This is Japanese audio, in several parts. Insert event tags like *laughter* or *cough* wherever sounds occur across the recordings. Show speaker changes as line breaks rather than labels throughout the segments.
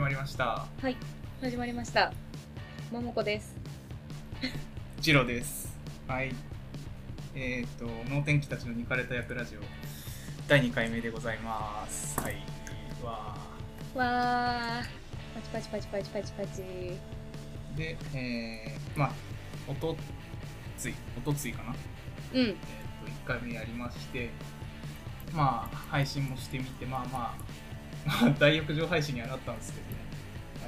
まりました
はい、始まりました。ももこです。
ジロですはいえっ、と能天気たちのニカれた役ラジオ第2回目でございますはいわ
わー、パチパチパチパチパチパチ。
ーでえー、まあおとついおとついかな
うん
えっ、、と1回目やりましてまあ配信もしてみてまあまあ、ま *laughs* あ、大浴場配信にはなったんですけどね、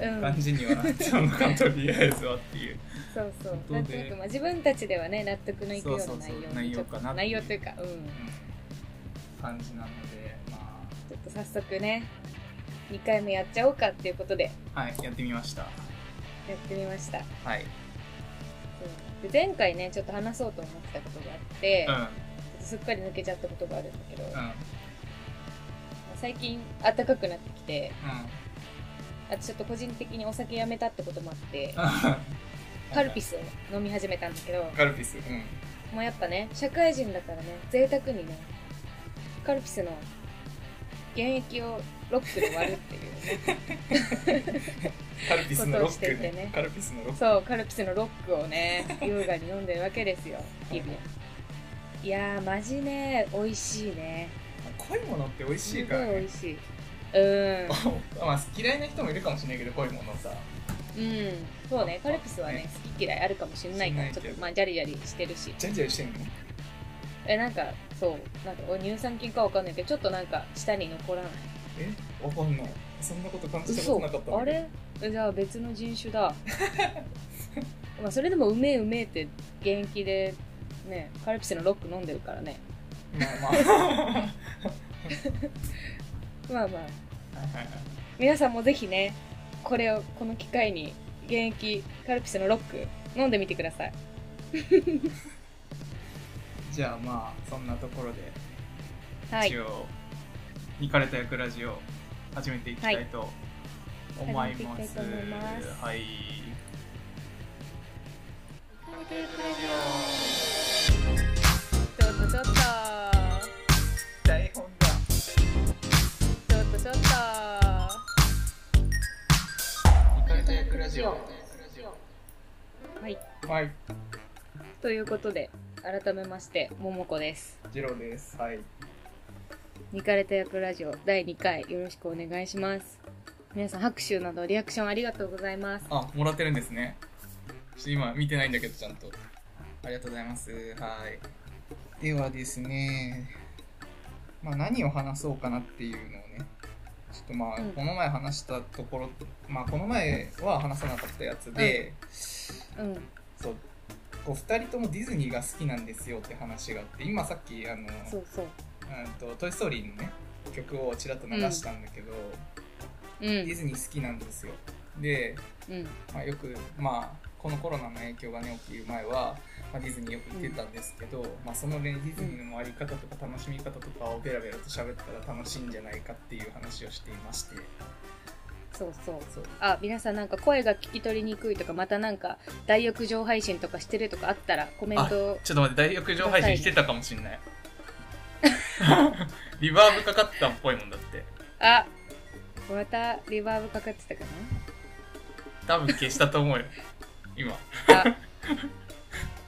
ああいう感じにはなったの *laughs* かとりあえずはっていう
そうそう。
ど
な
うん
と
で
なく、まあ、自分たちではね、納得のいくよう
そう
な
そうそう
内容に
内容かな
ちょっと内容というか、うん。
感じなので、ま
ちょっと早速ね、2回目やっちゃおうかっていうことで、
あ、はい、やってみました。
やってみました。そ
はい。
うで前回ね、ちょっと話そうと思ってたことがあって、
うん、
ちょっとすっかり抜けちゃったことがあるんだけど、
うん、うん。
最近暖かくなってきて、あとちょっと個人的にお酒やめたってこともあって、カルピ
ス。
スを飲み始めたんだけど、
カルピス。うん。
もうやっぱね社会人だからね贅沢にねカルピスの原液をロックで割るっていう、ね、
カルピスのロック
ことをしててね
カルピスのロック。
*laughs* そうカルピスのロックをね *laughs* 優雅に飲んでるわけですよ日々いやーマジね美味しいね
濃いものって美味し
す
い
ご
か
い
ら
美
ね
味。しいうん、
*laughs* まあ、嫌いな人もいるかもしれないけど、濃いものさ。
うん、そうねカルピスはね好き嫌いあるかもしんないから
しん
ち
な
ょ
いけ
っ
ど
とまあジャリジャリしてるし
ジャリジャリしてんの
えなんかそうなんかお乳酸菌かわかんないけどちょっとなんか舌に残らない
えわかんない。そんなこと感じたこ
嘘
となかった
あれえじゃあ別の人種
*laughs*
だまあそれでもうめえうめえって現役でねカルピスのロック飲んでるからね
まあま
*laughs*
あ。はいは
まあまあ
いはい。
皆さんもぜひねこれをこの機会に現役カルピスのロック飲んでみてください
じゃあまあ、そんなところで。
はい
一応「ニカれた役ラジオ」始めていきたいと思います。
はい始めていきたいと思います
はい
ちょっとちょっと
台本だ
ちょっとちょっと
ニカれた役ラジオ。
はい
はい、
ということで改めましてももこです
ジローです。はい。
「ニカれた役ラジオ」第2回よろしくお願いします皆さん拍手などリアクションありがとうございます
あ、もらってるんですね。ちょっと今見てないんだけど、ちゃんと。ありがとうございます。はい。ではですね、まあ何を話そうかなっていうのをね、ちょっとまあ、
うん
この前話したところ、まあこの前は話さなかったやつで、
うん
そうこう2人ともディズニーが好きなんですよって話があって今さっき「あの
そうそう。
うんとトイ・ストーリー」のね曲をちらっと流したんだけど、
うん。
ディズニー好きなんですよで、
うん。
まあ、よくまあこのコロナの影響がね起きる前は、まあ、ディズニーよく行ってたんですけど、まあ、その、ね、ディズニーのあり方とか楽しみ方とかをベラベラと喋ったら楽しいんじゃないかっていう話をしていまして
そうそう。
そう
あ、皆さんなんか声が聞き取りにくいとか、またなんか大浴場配信とかしてるとかあったらコメントを。
ちょっと待って大浴場配信してたかもしん *laughs* ないリバーブかかったっぽいもんだって
あ、またリバーブかかってたか
多分消したと思うよ今
な。あ、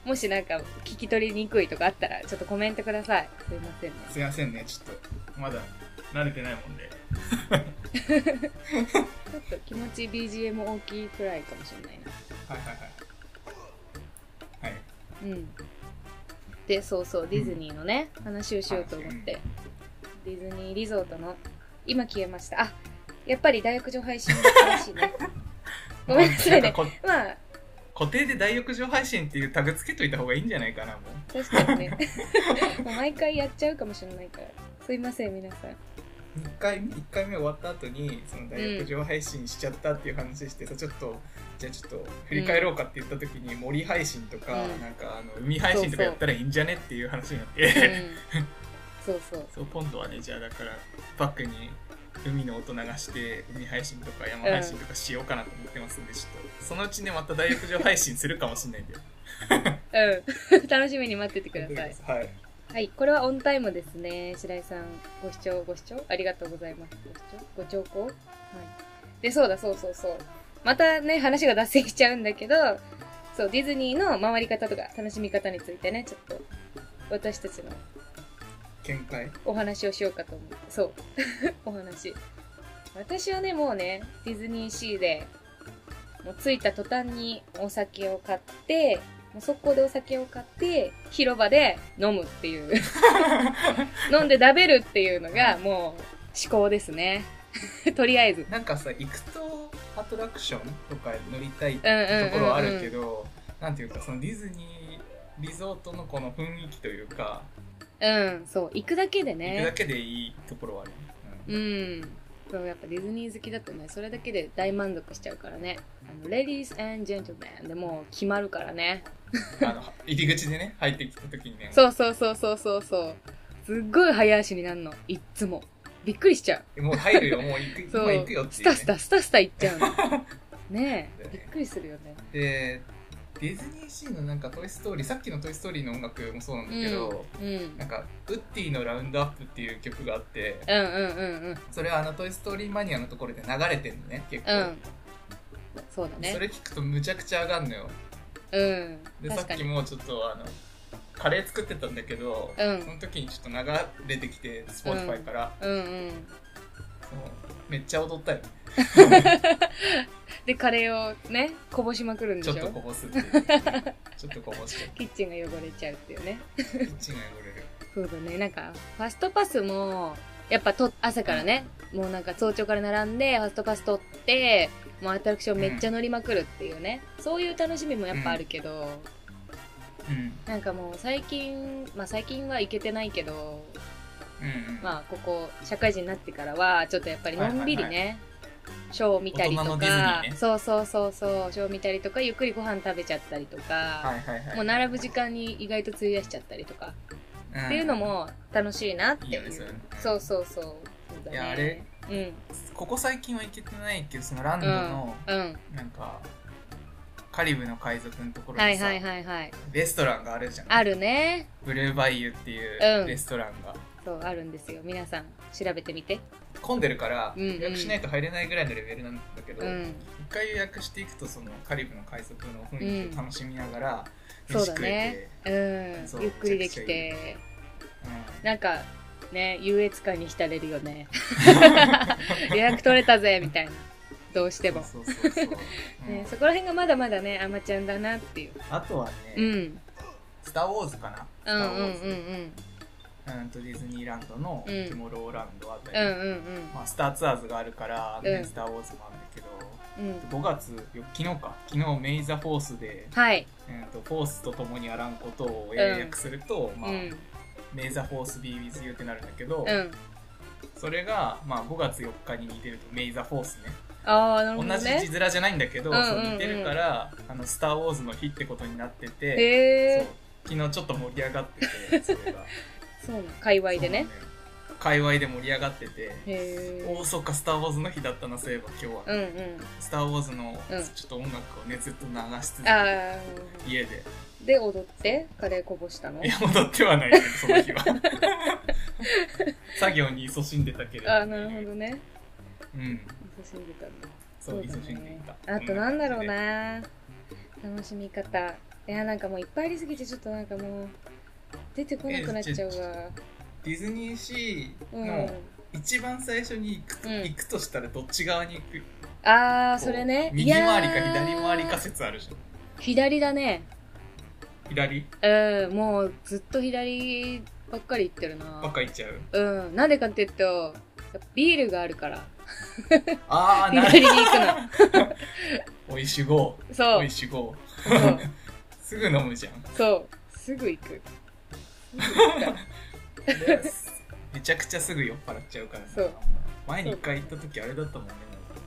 もしなんか聞き取りにくいとかあったらちょっとコメントください。すいませんね。
すいませんねちょっとまだ慣れてないもんで
ちょっと気持ち BGM 大きいくらいかもしれないな。
はいはいはいはい
うん。で、そうそう、ディズニーのね、話をしようと思って、ディズニーリゾートの、今消えました。あ、やっぱり大学上配信だったらしいね。ごめんなさいね
かこ
まあ、
固定で大浴場配信っていうタグつけといた方がいいんじゃないかなも
確かにね。 *laughs* もう毎回やっちゃうかもしれないから。すいません、皆さん。
う1回目一回目終わった後にその大浴場配信しちゃったっていう話してさ、ちょっとじゃあちょっと振り返ろうかって言った時に森配信とか、
うん
なんかあの海配信とかやったらいいんじゃねっていう話になって *laughs*
うん。そうそう。
そう今度はねじゃあだからバックに海の音流して海配信とか山配信とかしようかなと思ってますんで、ちょっとそのうちねまた大浴場配信するかもしれないんで
うん。 *laughs* 楽しみに待っててください。
はい
はい、これはオンタイムですね。白井さん、ご視聴、ご視聴ありがとうございます。ご視聴ご聴講はい。で、そうだ、そうそうそう。またね、話が脱線しちゃうんだけど、そう、ディズニーの回り方とか楽しみ方についてね、ちょっと、私たちの
見解
お話をしようかと思って、そう、 *laughs* お話。私はね、もうね、ディズニーシーで、もう着いた途端にお酒を買って、もう速攻でお酒を買って、広場で飲むっていう、 *laughs* 飲んで食べるっていうのが、もう、思考ですね。 *laughs* とりあえず。
なんかさ行くとアトラクションとか乗りたい
うんうんうんうん
ところはあるけど、なんていうかそのディズニーリゾートのこの雰囲気というか、
うん、そう、行くだけで
行くだ
ね。
けでいいところはある、
うん。そう、やっぱディズニー好きだとね、それだけで大満足しちゃうからね。あの、レディース and gentlemen でもう決まるからね。
うんあの入り口でね入ってきた時にね
そうそうそうそうそうそう。すっごい早足になるの。いっつも。びっくりしちゃう。
もう入るよもう行く
*laughs* そ
も
う。
う行くよってい
ス
う、
タ
ね、
スタスタスタ行っ
*laughs*
ちゃうの。ね
だよ
え。び
ね
っくりするよね。
でディズニーシーのなんか「トイ・ストーリー」さっきの「トイ・ストーリー」の音楽もそうなんだ
うん。
けど、
うん。うん
なんかウッディの「ラウンドアップ」っていう曲があって
うんうん
それはあの「トイ・ストーリー」マニアのところで流れてんのね結構、
うん。うん。そうだ
そ
ね。
れ聞くとむちゃくちゃ上がんのよ
うん。
でさ
確か
っき
に。
もちょっとあのカレー作ってたんだけど、
うん
その時にちょっと流れてきて Spotify から、
うんうん。
そのめっちゃ踊ったよ
で、カレーをね、こぼしまくるんで
ち
し
ょ
ょ
っとこぼすっていう *laughs* ちょっとこぼして
キッチンが汚れちゃうっていうね。
キッチンが汚れる
そうだね。なんか、ファストパスも、やっぱと、朝からね、もうなんか早朝から並んで、ファストパス取って、もうアトラクションめっちゃ乗りまくるっていうね。そういう楽しみもやっぱあるけど、
うん
なんかもう最近、まあ最近は行けてないけど、
うんうん
まあここ、社会人になってからは、ちょっとやっぱりのんびりね、
はい
ショーを見たり
大人
と
のディズニ
か、
ーね
そうそうそうそう、ショーを見たりとか、ゆっくりご飯食べちゃったりとか、
はいはいはい
もう並ぶ時間に意外と費やしちゃったりとか、
ん
っていうのも楽しいなって
いい
い
よ
う。
ねそれ
そうそうそう。そうだね
いやあれ
うん。
ここ最近は行けてないけどそのランドの、
うん。
なんかカリブの海賊のところ
は
に
い
さ、
はいはいはい。
レストランがあるじゃん
あるね。
ブルーバイユっていう
うん
レストランが、
そう、あるんですよ。皆さん、調べてみて。
混んでるから
うんうん
予約しないと入れないぐらいのレベルなんだけど、
うん。
一回予約していくとそのカリブの海賊の雰囲気を楽しみながら、
うん
飯
そうだ
食
ね
え
うん
そ。う
ゆっくりでき
めちゃ
て。
て、
なんか、ね、優越感に浸れるよ
*laughs*
ね。予約取れたぜ、みたいな。どうして
うん
も。
そうそうそうそう、うん
*laughs* ね、そこら辺がまだまだね、アマちゃんだなっていう。
あとはね、
うん。
スター・ウォーズ」かな「スタ
うんう
ー・
ん
ウ
うん
ォーズ」うんとディズニーランドの「
う
ト
ん
ゥモローランド」あた
うん。う
り、
んうん
まあ、スターツアーズがあるから、ね
うん
スター・ウォーズ」もあるんだけど
うん。
5
うん。
月よ昨日か昨日「メイ・ザ・フォースで」
はい。
うんとフォースと共にあらんことを英訳すると、
う
まあ
ん。
メイ・ザ・フォース・ビー・ウィズ・ユーってなるんだけど、
うん。
それが、まあ、5月4日に似てると「メイ・ザ・フォースね」
ああ、なるほど
同じ字
ね。
面じゃないんだけど、
うんうんうん
そう似てるから「あのスター・ウォーズ」の日ってことになってて、
へ
そ
え
う。昨日ちょっと盛り上がってて
*laughs*
それが
そうなの界隈
そ
でね。
うなのよ界隈で盛り上がってて
へ
お
え。
おそっか「スター・ウォーズ」の日だったなそういえば今日は「
うんうん。
スター・ウォーズの」
うん
ちょっと音楽をねずっと流しつつ
あ
家で
あ。で、踊って、カレーこぼしたの
いや戻ってはないけどその日は作業に勤しんでたけれど
ああ、なるほどね。
うん
勤しんでたんだ。
そう
だ
勤しんでい
ね
た
あと、なんだろうな。楽しみ方。いや、なんかもういっぱいありすぎて、ちょっとなんかもう、出てこなくなっちゃうわ。
ディズニーシー
う
の
ん。
一番最初に行くと,、
うん
行くとしたらどっち側に行く
ああ、それね。
右回りか
いやー
左回りか。説あるじゃん
左だね。
左
うん、もうずっと左ばっかり行ってるな。
ばっか行っ
*laughs*
ちゃう
うん、なんでかって言うと、ビールがあるから、
ああな
左
る
に行くの。
おいしご *laughs*
そ
お
う
い。しご
そう。
すぐ飲むじゃん
そう。すぐ行く。
ですめちゃくちゃすぐ酔っ払っちゃうからさ
そう
前に一回行った時あれだったもんね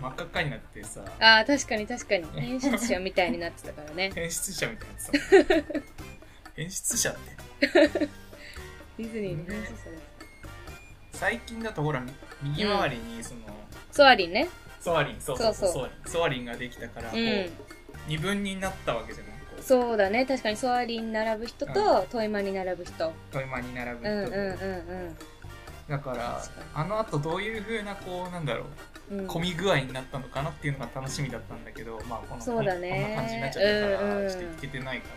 真っ赤っかになってさ
ああ、確かに確かに。演出者みたいになってたから
*laughs*
ね。
変質者みたいなさ
*laughs*
変質者って
ディズニーの演出者です。
最近だとほら右回りにその、
ソアリンね。
ソアリンそうそうそう
そ
ソア
う
リンソアリンができたから、
う。
こうん二分になったわけじゃないこう
そうだね。確かにソアリン並ぶ人と、トイマに並ぶ人。
トイマに並ぶ
うんうん
人
うん
で、
うん。
だから
確かに
あのあとどういうふうなこうなんだろう
うん
混み具合になったのかなっていうのが楽しみだったんだけど、まあ、この
そうだね
こんな感じになっちゃったから、
うんうん
ちょっと行けてないか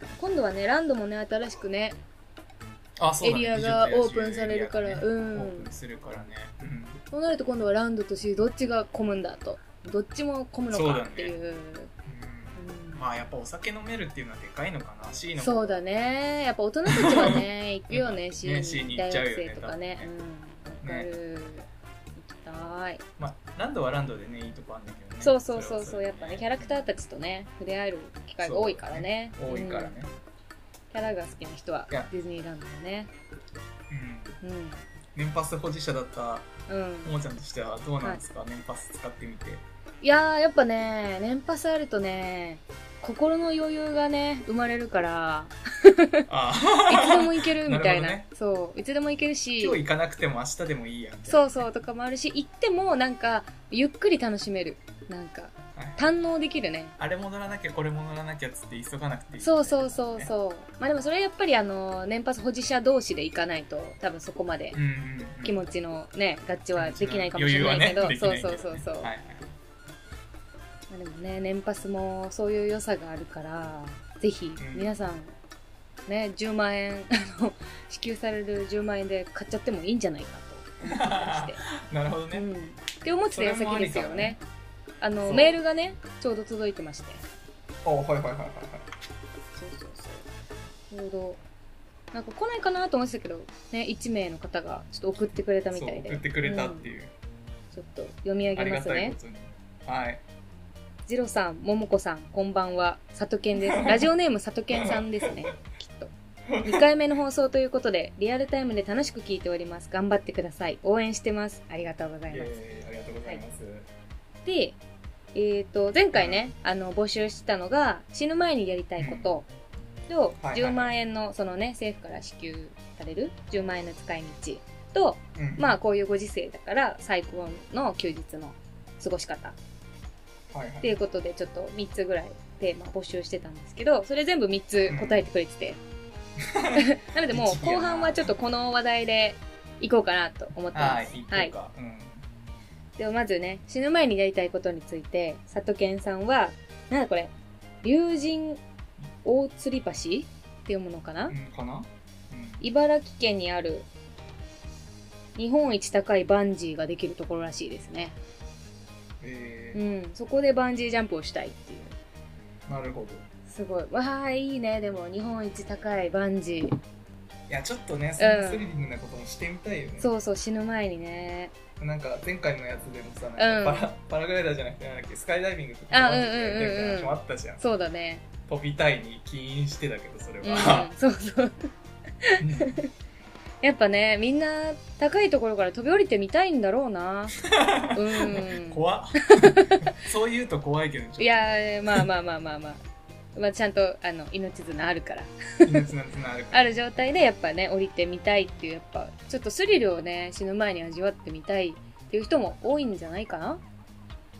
らね、
今度はねランドもね新しくね
あそうだね
エリアが
美女と野獣
オープンされるから
エリアが
う
ね
ん
オープンするからね、うん
そうなると今度はランドとシーどっちが混むんだとどっちも混むの
そう
か
だね
っていう
うんまあやっぱお酒飲めるっていうのはでかいのかな C
うん
の
そうだねやっぱ大人たち
*laughs*
はね行くよね C
ね C
に
に行
大
っちゃう
学
よ
生
ね
とかね
多分
うんわかる、行きたい
まあランドはランドでねいいとこあるんだけどね
そうそうそうそう
れ
や
は
っ
そ
ぱ
れで
ねキャラクターたちとね触れ合える機会が多いからね
多いから
うん
ね
キャラが好きな人はい
や
ディズニーランドだね
うん
うん
年パス保持者だった
うん、
ももちゃんとしてはどうなんですか、年パス使ってみて
いやーやっぱね年パスあるとね心の余裕がね生まれ
*laughs*
るから
あ
いつでも
あ
行けるみたいな
なるほ
そういつでも行けるし
今日行かなくても明日でもいいやみたいな
そうそうとかもあるし行ってもなんかゆっくり楽しめるなんか
はい
堪能できるね
あれも乗らなきゃこれも乗らなきゃっつって急がなくていい
そうそうそう
う
そうまあでもそれはやっぱりあの年パス保持者同士で行かないと多分そこまで
うんうんうん
気持ちのね合致はできないかもしれないけど、
余裕
そ
は
う
ね
そうそうそう、
はいはい
まあでもね年パスもそういう良さがあるからぜひ
ん
皆さん、ね10万円あの支給される10万円で買っちゃってもいいんじゃないかと思ったりし
なるほど
て、
ね、
うん、って思ってた矢先ですよ
それもありかも
ね
ね
あの
そう
メールがねちょうど届いてまして
あはいはいはいはいはい
そうそうそうちょうどなんか来ないかなと思ってたけどね1名の方がちょっと送ってくれたみ
そ
た
う
いで
送ってくれたっていう、
うんちょっと読み上
あ
げ
り
ま
が
す
たい
ね
ことにはい
ジロさん、ももこさん、こんばんは。さとけ
*laughs*
んです。ラジオネームさとけんさんですね。きっと。2回目の放送ということで、リアルタイムで楽しく聞いております。頑張ってください。応援してます。ありがとうござい
いや
ま
い
す。
やいやありがとうございます、
で、えっ、と、前回ね、あの、募集したのが、死ぬ前にやりたいことと、
はいはい
10万円の、そのね、政府から支給される10万円の使い道と、
うん
まあ、こういうご時世だから、最高の休日の過ごし方
はいは
っていうことでちょっと3つぐらいテーマ募集してたんですけどそれ全部3つ答えてくれてて、 *laughs* なのでもう後半はちょっとこの話題でいこうかなと思ってます、
はい行こうか、うん
ではまずね死ぬ前にやりたいことについて里健さんはなんだこれ竜神大吊り橋っていうものかな、
うんかな、うん、
茨城県にある日本一高いバンジーができるところらしいですね、
え
うん、そこでバンジージャンプをしたいっていう
ー、なるほど
すごいわあいいねでも日本一高いバンジー
いやちょっとねそのスリリングなこともしてみたいよね、
そうそう死ぬ前にね
なんか前回のやつでもさなんかパラ,、パラグライダーじゃなくてなんだっけスカイダイビングとか
あうんうんうんうん
やりたいみたいな話もあったじゃん
そうだね
飛びたいに起因してたけどそれ
うん
は、
そうそうやっぱねみんな高いところから飛び降りてみたいんだろうなうん
*laughs* 怖
*laughs*
っそう言うと怖いけどちょっと
いやーまあまあまあまあまあまあちゃんとあの命綱あるから
命のつながるから
ある状態でやっぱね降りてみたいっていうやっぱちょっとスリルをね死ぬ前に味わってみたいっていう人も多いんじゃないかな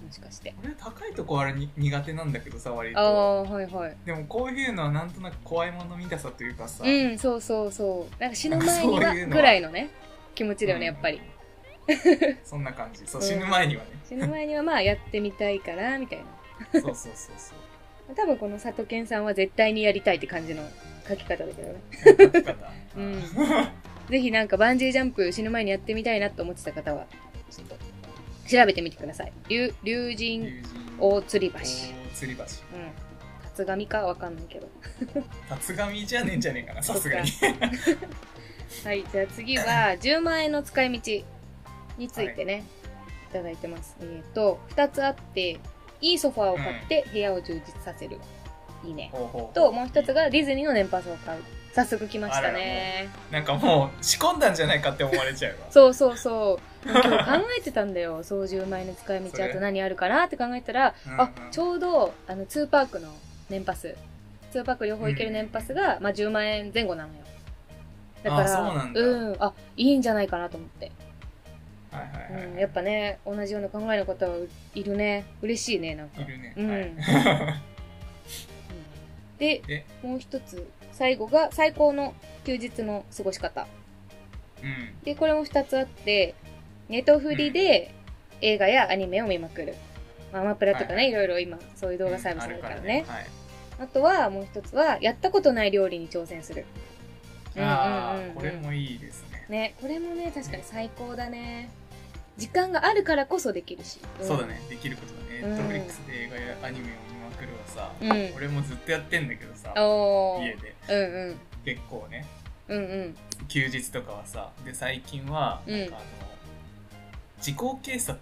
もしかして
俺高いとこあれに苦手なんだけどさ割
あ
と
あはいはい
でもこういうのはなんとなく怖いもの見たさというかさ、
うんそうそうそうなんか死ぬ前に
なんか
は
そういうのは
ぐらいのね気持ちだよねや
うん
っぱり、
そんな感じそう
うん
死ぬ前にはね、
死ぬ前にはまあやってみたいからみたいな
そうそうそうそう
多分この里健さんは絶対にやりたいって感じの書き方だけどね
書き方
*laughs* うんぜひなんかバンジージャンプ死ぬ前にやってみたいなと思ってた方はちょっと調べてみてください竜竜神
竜神
大吊り橋
吊り橋
うん立神かわかんないけど
立神じゃねえんじゃねえかなさすがに
はいじゃあ
*laughs*
次は10万円の使い道についてね、い、ただいてますえっ、と2つあっていいソファーを買って部屋を充実させる、いいね
ほうほう
ともう一つがディズニーの年パスを買う早速来ました
あらら
ね
なんかもう仕込んだんじゃないかって思われちゃうわ
*laughs* そうそうそ
*laughs*
う今日考えてたんだよそう10万円の使い
そ
道あ
れ
と何あるかなって考えたら、
うんうん
あちょうどあの2パークの年パス2パーク両方行ける年パスが、まあ、10万円前後なのよだから
あそうなんだ
んあいいんじゃないかなと思って、
はいはいはい、
うん、やっぱね同じような考えの方はいるね嬉しいねなんか
いるね、
うん
はい *laughs*
うんで
で
もう一つ最後が最高の休日の過ごし方
うん
でこれも2つあってネトフリで映画やアニメを見まくる。まあアマプラとかね、
はいい
ろいろ今、そういう動画サービスあるからね。
はい
あとは、もう一つは、やったことない料理に挑戦する。
あ
うんうんうんう
ー
ん
これもいいですね
ね、これもね、確かに最高だね。時間があるからこそできるし。ん
そうだ。ねできることだね
う
Netflix
ん
で映画やアニメを見まくるはさ、
うん
俺もずっとやってんだけどさ
お
家
ー。
で
うんうん。
結構ね
うんうん。
休日とかはさで最近は
うん
なんかあの、時効警察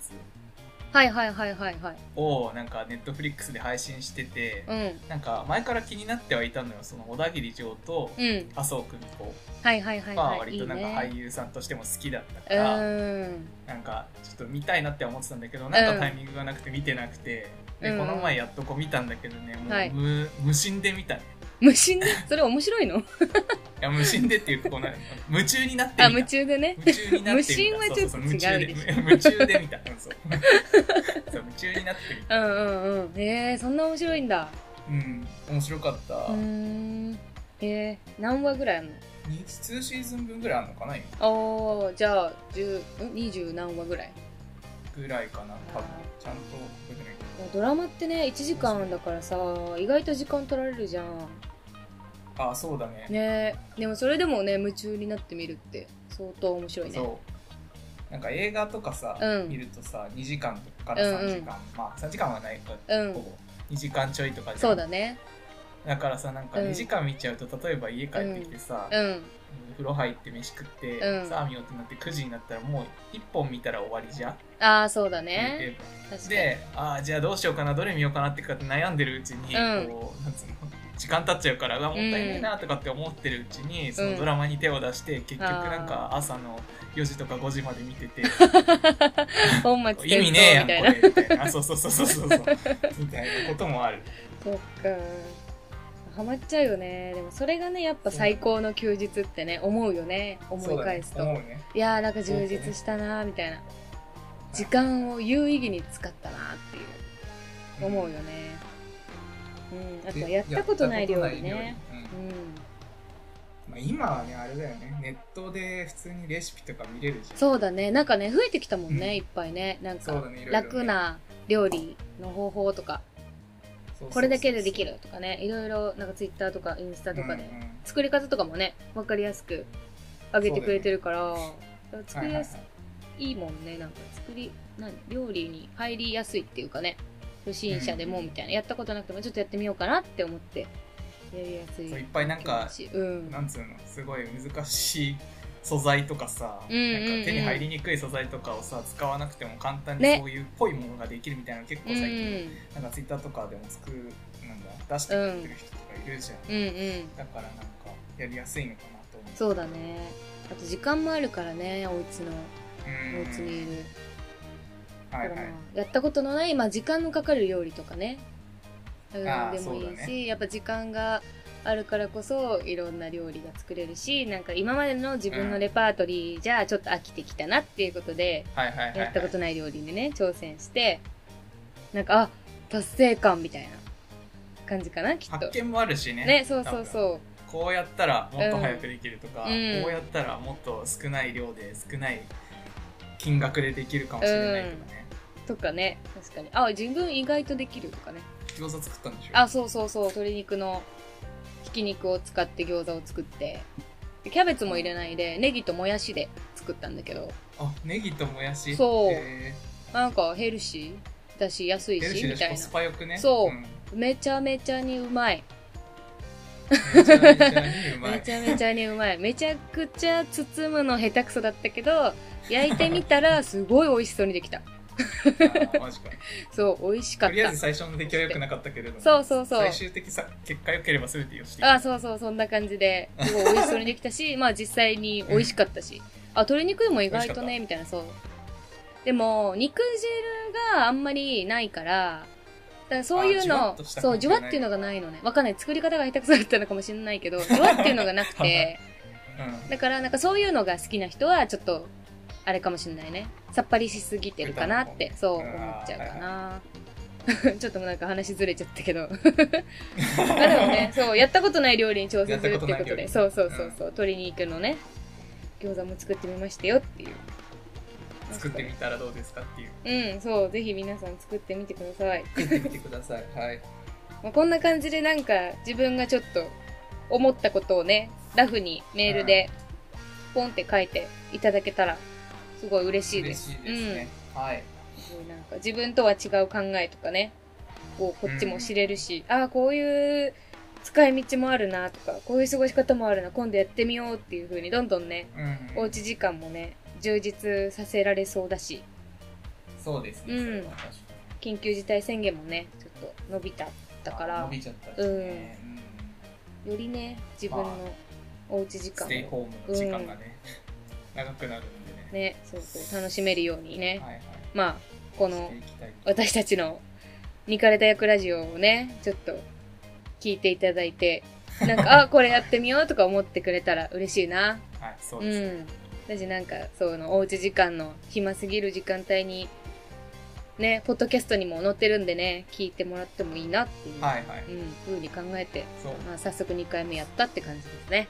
はいはいはいはいはい。
をなんか Netflix で配信してて、
うん。
なんか前から気になってはいたのよその小田切城と
うん。
麻生久美子
はいはいはい
は
はい。
割となんか
い
俳
いね
優さんとしても好きだったか
う
ら、
ーん。
なんかちょっと見たいなって思ってたんだけどなんかタイミングがなくて見てなくて、
う
で
ん
この前やっとこう見たんだけどねもう無,、
はい
無心で見たね
無心で、それ面白いの
いや無心でっていうかこうな
*laughs*
夢中になってみた
あ、夢中でね。
夢中になってみた
無心はちょっと
そうそうそう
違うでし
夢中で夢中で見たうん *laughs* そうそう夢中になってみた
うんうんうん。えー、そんな面白いんだ。
うん面白かった、
うーん。えー、何話ぐらいある
に2シーズン分ぐらいあるのかな今
のあー、じゃあ、十、ん二十何話ぐらい
ぐらいかな多分ちゃんと覚えてないけど
ドラマってね、1時間だからさ、意外と時間取られるじゃん。
あそうだね
ねでもそれでもね、夢中になってみるって、相当面白いね。
そうなんか映画とかさ、
うん
見るとさ2時間とかから3時間、
うんうん
まあ3時間はないか、
うん
ほぼ2時間ちょいとかじゃん
そうだね。
だからさなんか
うん
2時間見ちゃうと、例えば家帰ってきてさ、
うん。
風呂入って飯食って、
うん
さあ見ようってなって9時になったらもう1本見たら終わりじゃん、
ああ、そうだ
言
ね。
うて
確かに。
でああじゃあどうしようかなどれ見ようかなってかって悩んでるうちに、
うん
こうなんつうの時間経っちゃうからうわもったいないなとかって思ってるうちに、そうの
ん
ドラマに手を出して結局なんか朝の4時とか5時まで見てて、
本末
意
転
味
倒
ねえやん
みたい
こ
な。
れみたいなそうそうそうそうそうそうみたいなこともある
そっか。ハマっちゃうよね。でもそれがね、やっぱ最高の休日ってね、思うよね。思い返すと。
そうだね思うね
いやーなんか充実したなーみたいな。時間を有意義に使ったなーっていう。思うよね。うん。あとはやったことない料理ね。
うん
うん。
まあ、今はねあれだよねネットで普通にレシピとか見れるじゃん
そうだね。なんかね、増えてきたもんね、
うん
いっぱいね。なん
そう
か
だねいろいろね
楽な料理の方法とか、
そうそうそう
これだけでできるとかね、いろいろなんかツイッターとかインスタとか
う
で
んうん
作り方とかもね、わかりやすく上げてくれてるから、作りやす
はい
いもんね、なんか作り、何料理に入りやすいっていうかね、初心者でも
うん
みたいな、やったことなくてもちょっとやってみようかなって思って、やりやすい。
そういっぱいなんか
気持ちう
はい
ん。
なんつうのすごい難しい素材とかさ、
うんうんうん
なんか手に入りにくい素材とかをさ使わなくても簡単に
ね
そういうっぽいものができるみたいなの結構
うん、う
最
ん
近、なんかツイッターとかでも作るなんだ出してくれてる人とかいるじゃん、
うん。
だからなんかやりやすいのかなと思う
そうだね。あと時間もあるからね、お家の、
うん
お家にいる。
はいはい
だからまあやったことのない、まあ時間のかかる料理とかね。うん、
あー
でもい
そう
い
だ
し、
ね
やっぱ時間があるからこそ、いろんな料理が作れるし、なんか今までの自分のレパートリーじゃちょっと飽きてきたなっていうことで、
はいはいはい、はい、
やったことない料理にね、挑戦して、なんか、あ、達成感みたいな感じかな、きっ
発
と。
見もあるしね
ね、そうそう
う
そう。
こうやったらもっと早くできるとか、
うん
こうやったらもっと少ない量で少ない金額でできるかもしれないとかね、
とかね、確かに。あ、自分意外とできるとかね。
餃子作ったんでしょ
あ、そうそうそう、鶏肉のひき肉を使って餃子を作って、でキャベツも入れないで、ネギともやしで作ったんだけど、
あネギともやし
そう
え
なんかヘルシーだし、安い
ーヘルシ
し、
ーだし
み
た
い
コ
な。
スパよくね
そうんめちゃめちゃにうまい。
めちゃめちゃにうまい
*laughs* めちゃめちゃにうまい。めちゃくちゃ包むの下手くそだったけど、焼いてみたらすごい美味しそうにできた。
あーマジか
そう、美味しか
と
っ
りあえず
た。
最初の出来は良くなかったけれども
そうそうそう
最終的さ結果良ければ全てよし
あ、そうそう、そんな感じで、すごい美味しそうにできたし、 *laughs* まあ実際に美味しかったし。あ、鶏肉でも意外とね、みたいな、そう。でも、肉汁があんまりないから、だからそういう
あジュワッ
の、
とした
そう、
感じ
ジュ
が
ワ
ない
っていうのがないのね。わかんない。作り方が下手くそだったのかもしれな
*laughs*
いけど、ジュワっていうのがなく
は
て、だからなんかそういうのが好きな人は、ちょっと、あれかもしれないね。さっぱりしすぎてるかなって、そう、思っちゃうかな。 *laughs* ちょっともうなんか話ずれちゃったけ
う
ど。
ん
まあでもね、そう、やったことない料理に挑戦するっていうことで、
やった
そうそう
理
そうそう、鶏肉のね、餃子も作ってみましたよっていう。
*laughs* 作ってみたらどうですかっていう
うんそうぜひ皆さん作ってみてください、
作ってみてくださいはい
まあ、こんな感じでなんか自分がちょっと思ったことをねラフにメールでポンって書いていただけたらすごい嬉しいで
嬉
す
しいですね、はい
うん、なんか自分とは違う考えとかねこうこっちも知れるし、ああこういう使い道もあるなとかこういう過ごし方もあるな今度やってみようっていう風にどんどんね
うん
おうち時間もね充実させられそうだし
そうですね、
うん
それは確か
緊急事態宣言もねちょっと伸びただか
に
ら
伸びちゃったしね、うん
よりね自分
まあ
のおうち時間
ステイ
を
ホームの時間がね、長くなるんでね
ねそうそう楽しめるようにね、
はいはい
まあこの
していきたい
私たちの「ニカレた役ラジオ」をねちょっと聞いていただいてなん
*laughs*
かあこれやってみようとか思ってくれたら嬉しいな
はいそう
う
です、
ん私なんかそのおうち時間の暇すぎる時間帯にねポッドキャストにも載ってるんでね聞いてもらってもいいなっていう、
はいはい
うん、ふうに考えて、
そう
まあ、早速2回目やったって感じですね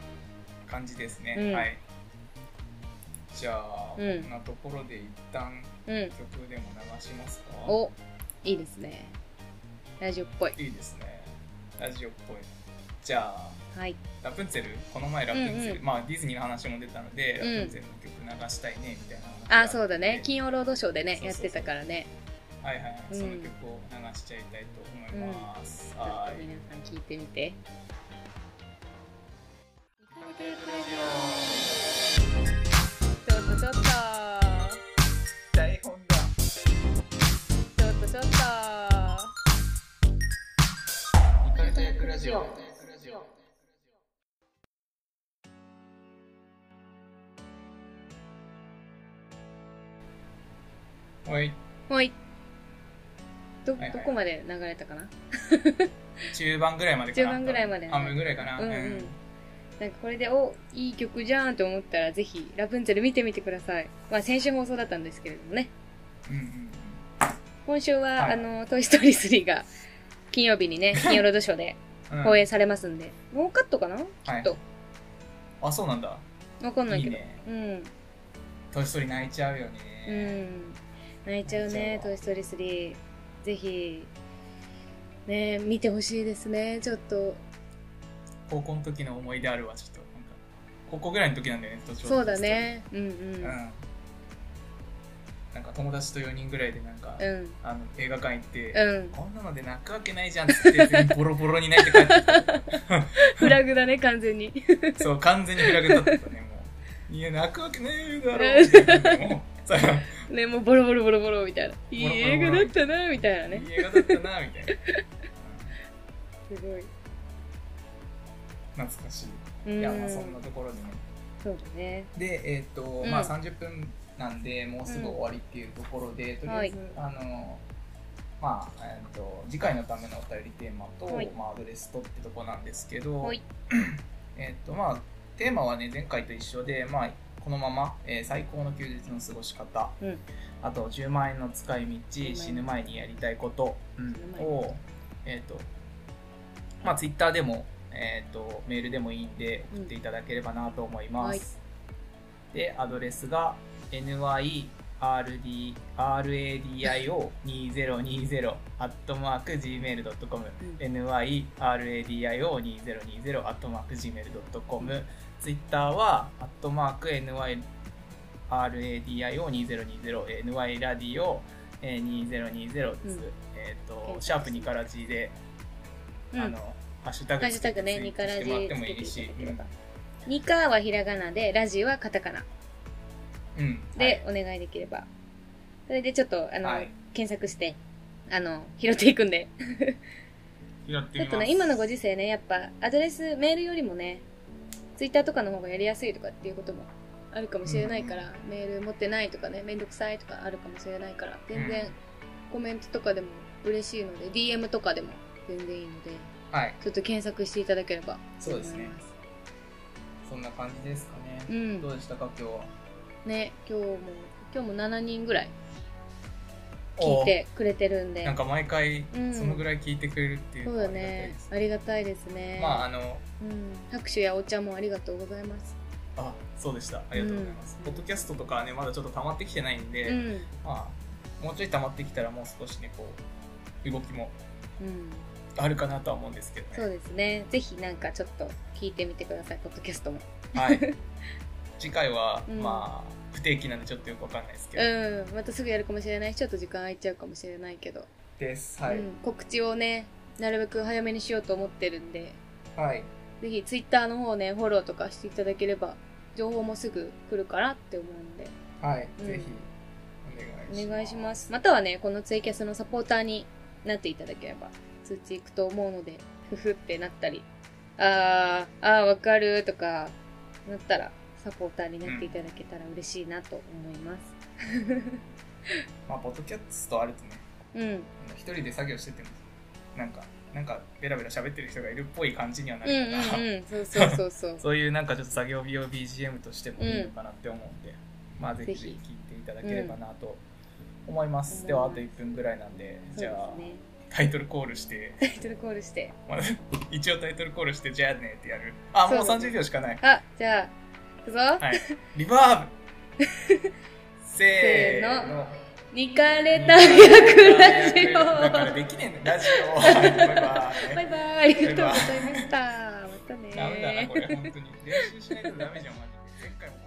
感じですね、
うん
はいじゃあ、
うん
こんなところで一旦
うん
曲でも流しますか
おいいですねラジオっぽい
いいですねラジオっぽいじゃあ
はい
ラプンツェルこの前ラプンツェル、
うんう
まあディズニーの話も出たので、
うん
ラプンツェルの曲流したいねみたいな話が
あ
って
そうだね金曜ロードショーでね
そうそうそう
やってたからね
はいはいはい、
うん
その曲を流しちゃいたいと思います、
ちょっ
は
と
い
皆さん聞いてみて。ちょっとちょっと、
台本だ
ちょっとちょっと。
イカれた役ラジオはい
はい。ど、
はいはい
どこまで流れたかな。
中盤ぐらいまでかな
中盤ぐらいまで
半分ぐらいかな
うんうん。なんかこれで、お、いい曲じゃんと思ったら、ぜひラプンツェル見てみてください。まあ、先週放送だったんですけれどもね。
うんうん
今週は、
はい
あの、トイストーリー3が。金曜日にね、金曜ロードショーで
うん
放映されますんで。ノーカットかな。
はい
と
あそうなんだ
わかんない
い
け
い
ど。
ね
うん。
年取り泣いちゃうよ
う
ね、
ん、泣いちゃう
泣いちゃう
ね
わ
「トイ・ストーリー3」ぜひね見てほしいですねちょっと
高校の時の思い出あるわちょっとなんか高校ぐらいの時なんだよね年取り
そうだねうん
うんなんか友達と4人ぐらいでなんか、
うんうん
あの映画館行って、
うん
こんなので泣くわけないじゃんっつって全員ボロボロに泣いて帰ってきた
フラグだね完全に
そう完全にフラグ立ってたねもういや泣くわけないだろうみたいなもうさ
ねもうボロボロボロボロみたいないい
ボロボロ
映
ボロ
画だったなみたいないね
い映画だったなみたいな
すご
う
い、
ん懐かしい、
うん、
いやまあそんなところでね
そうだね
でえっ、と、
うん
まあ30分なんでもうすぐ終わりっていうところで、とりあえず、あのまあ、えー、と次回のためのお便りテーマと、
はい
まあ、アドレスとってとこなんですけど、
はい
えっ、とまあテーマはね前回と一緒でまあこのまま、えー最高の休日の過ごし方、
うん
あと10万円の使い
10万
道
円
死ぬ前にやりたいこと、うん
死ぬ前に
をえっ、とまあツイッターでもえー、とメールでもいいんで送っていただければなと思います。
はい
で、アドレスが nyrradio2020-gmail.com
うん、
nyrradio2020-gmail.com ツイッターは、アットマーク nyrradio2020、nyradio2020 です。
うん
えっ、と、シャープ2から字で、
うん
あの、ハッシュタグ
ハッシュタグね
ツイー
ニ
ト
カラ
して
ジ
もらって
つ
も
け
い
て
い
いた
し
だ、ければニカはひらがなでラジはカタカナ
うんうん
で、お願いできればそれでちょっとあの、
はい
検索してあの拾っていくんで
拾ってみ
ちょっ
ます
とね、今のご時世ね、やっぱアドレス、メールよりもね、ツイッターとかの方がやりやすいとかっていうこともあるかもしれないから、メール持ってないとかね、めんどくさいとかあるかもしれないから、全
う
然
ん
コメントとかでも嬉しいので、DM とかでも全然いいので、
はい
ちょっと検索していただければと
そう
思い
で
ます
ね。そんな感じですかね、
う
ど
ん。
うでしたか今日は
ね、今日も、今日も7人ぐらい聞いてくれてるん
おー
で
なん、か毎回
うん
そのぐらい聞いてくれるっていう
そう
のはあ
だ
りがたい
ね
です、
ありがたいですね。
まああの
うん、拍手やお茶もありがとうございます。
あそうでしたありがとうございます、ポッドキャストとかはねまだちょっと溜まってきてないんで、
うん
まあもうちょい溜まってきたらもう少しねこう動きも
うん
あるかなとは思うんですけど
そう
ね
ですねぜひなんかちょっと聞いてみてくださいポッドキャストも *laughs*
はい次回は、
うん
まあ不定期なんでちょっとよくわかんないですけど、
うんまたすぐやるかもしれないしちょっと時間空いちゃうかもしれないけど、
ですはい、
うん、告知をねなるべく早めにしようと思ってるんで
はい
ぜひツイッターの方ねフォローとかしていただければ情報もすぐ来るかなって思うんで
はい、
うん
ぜひお
お願
願
い
い
し
し
ま
ます
すまたはねこのツイキャスのサポーターになっていただければ通知いくと思うのでふふってなったりあーあーわかるとかなったらサポーターになっていただけたら嬉しいなと思います
まあポッドキャストあるとね
うん
あの一人で作業しててもなんかなんかベラベラ喋ってる人がいるっぽい感じにはな
うん
る
うん
から、
うんそうそうそうそう
そういうなんかちょっと作業日用 BGM としてもいいのかなって思うんで、まあぜひ
ぜ
ぜ
ひ
ひ聞いていただければなと思います、
うん
ではあと1分ぐらいなんで
そう
じ
で
ゃあ
すね
タイトルコールして、
タイトルコールして
まあ *laughs* 一応タイトルコールしてじゃあねってやるあもう
そうだね
30秒しかない
あじゃあ行くぞ、
はいリバーブ
*laughs*
せーの
ニカレタ *laughs* 役ラジ
だから
オ
できねえんだよラジオはいバイバイ
バイバイありがとうございましたまたね
ダメだなこれ本当に練習しないとダメじゃんマジで前回も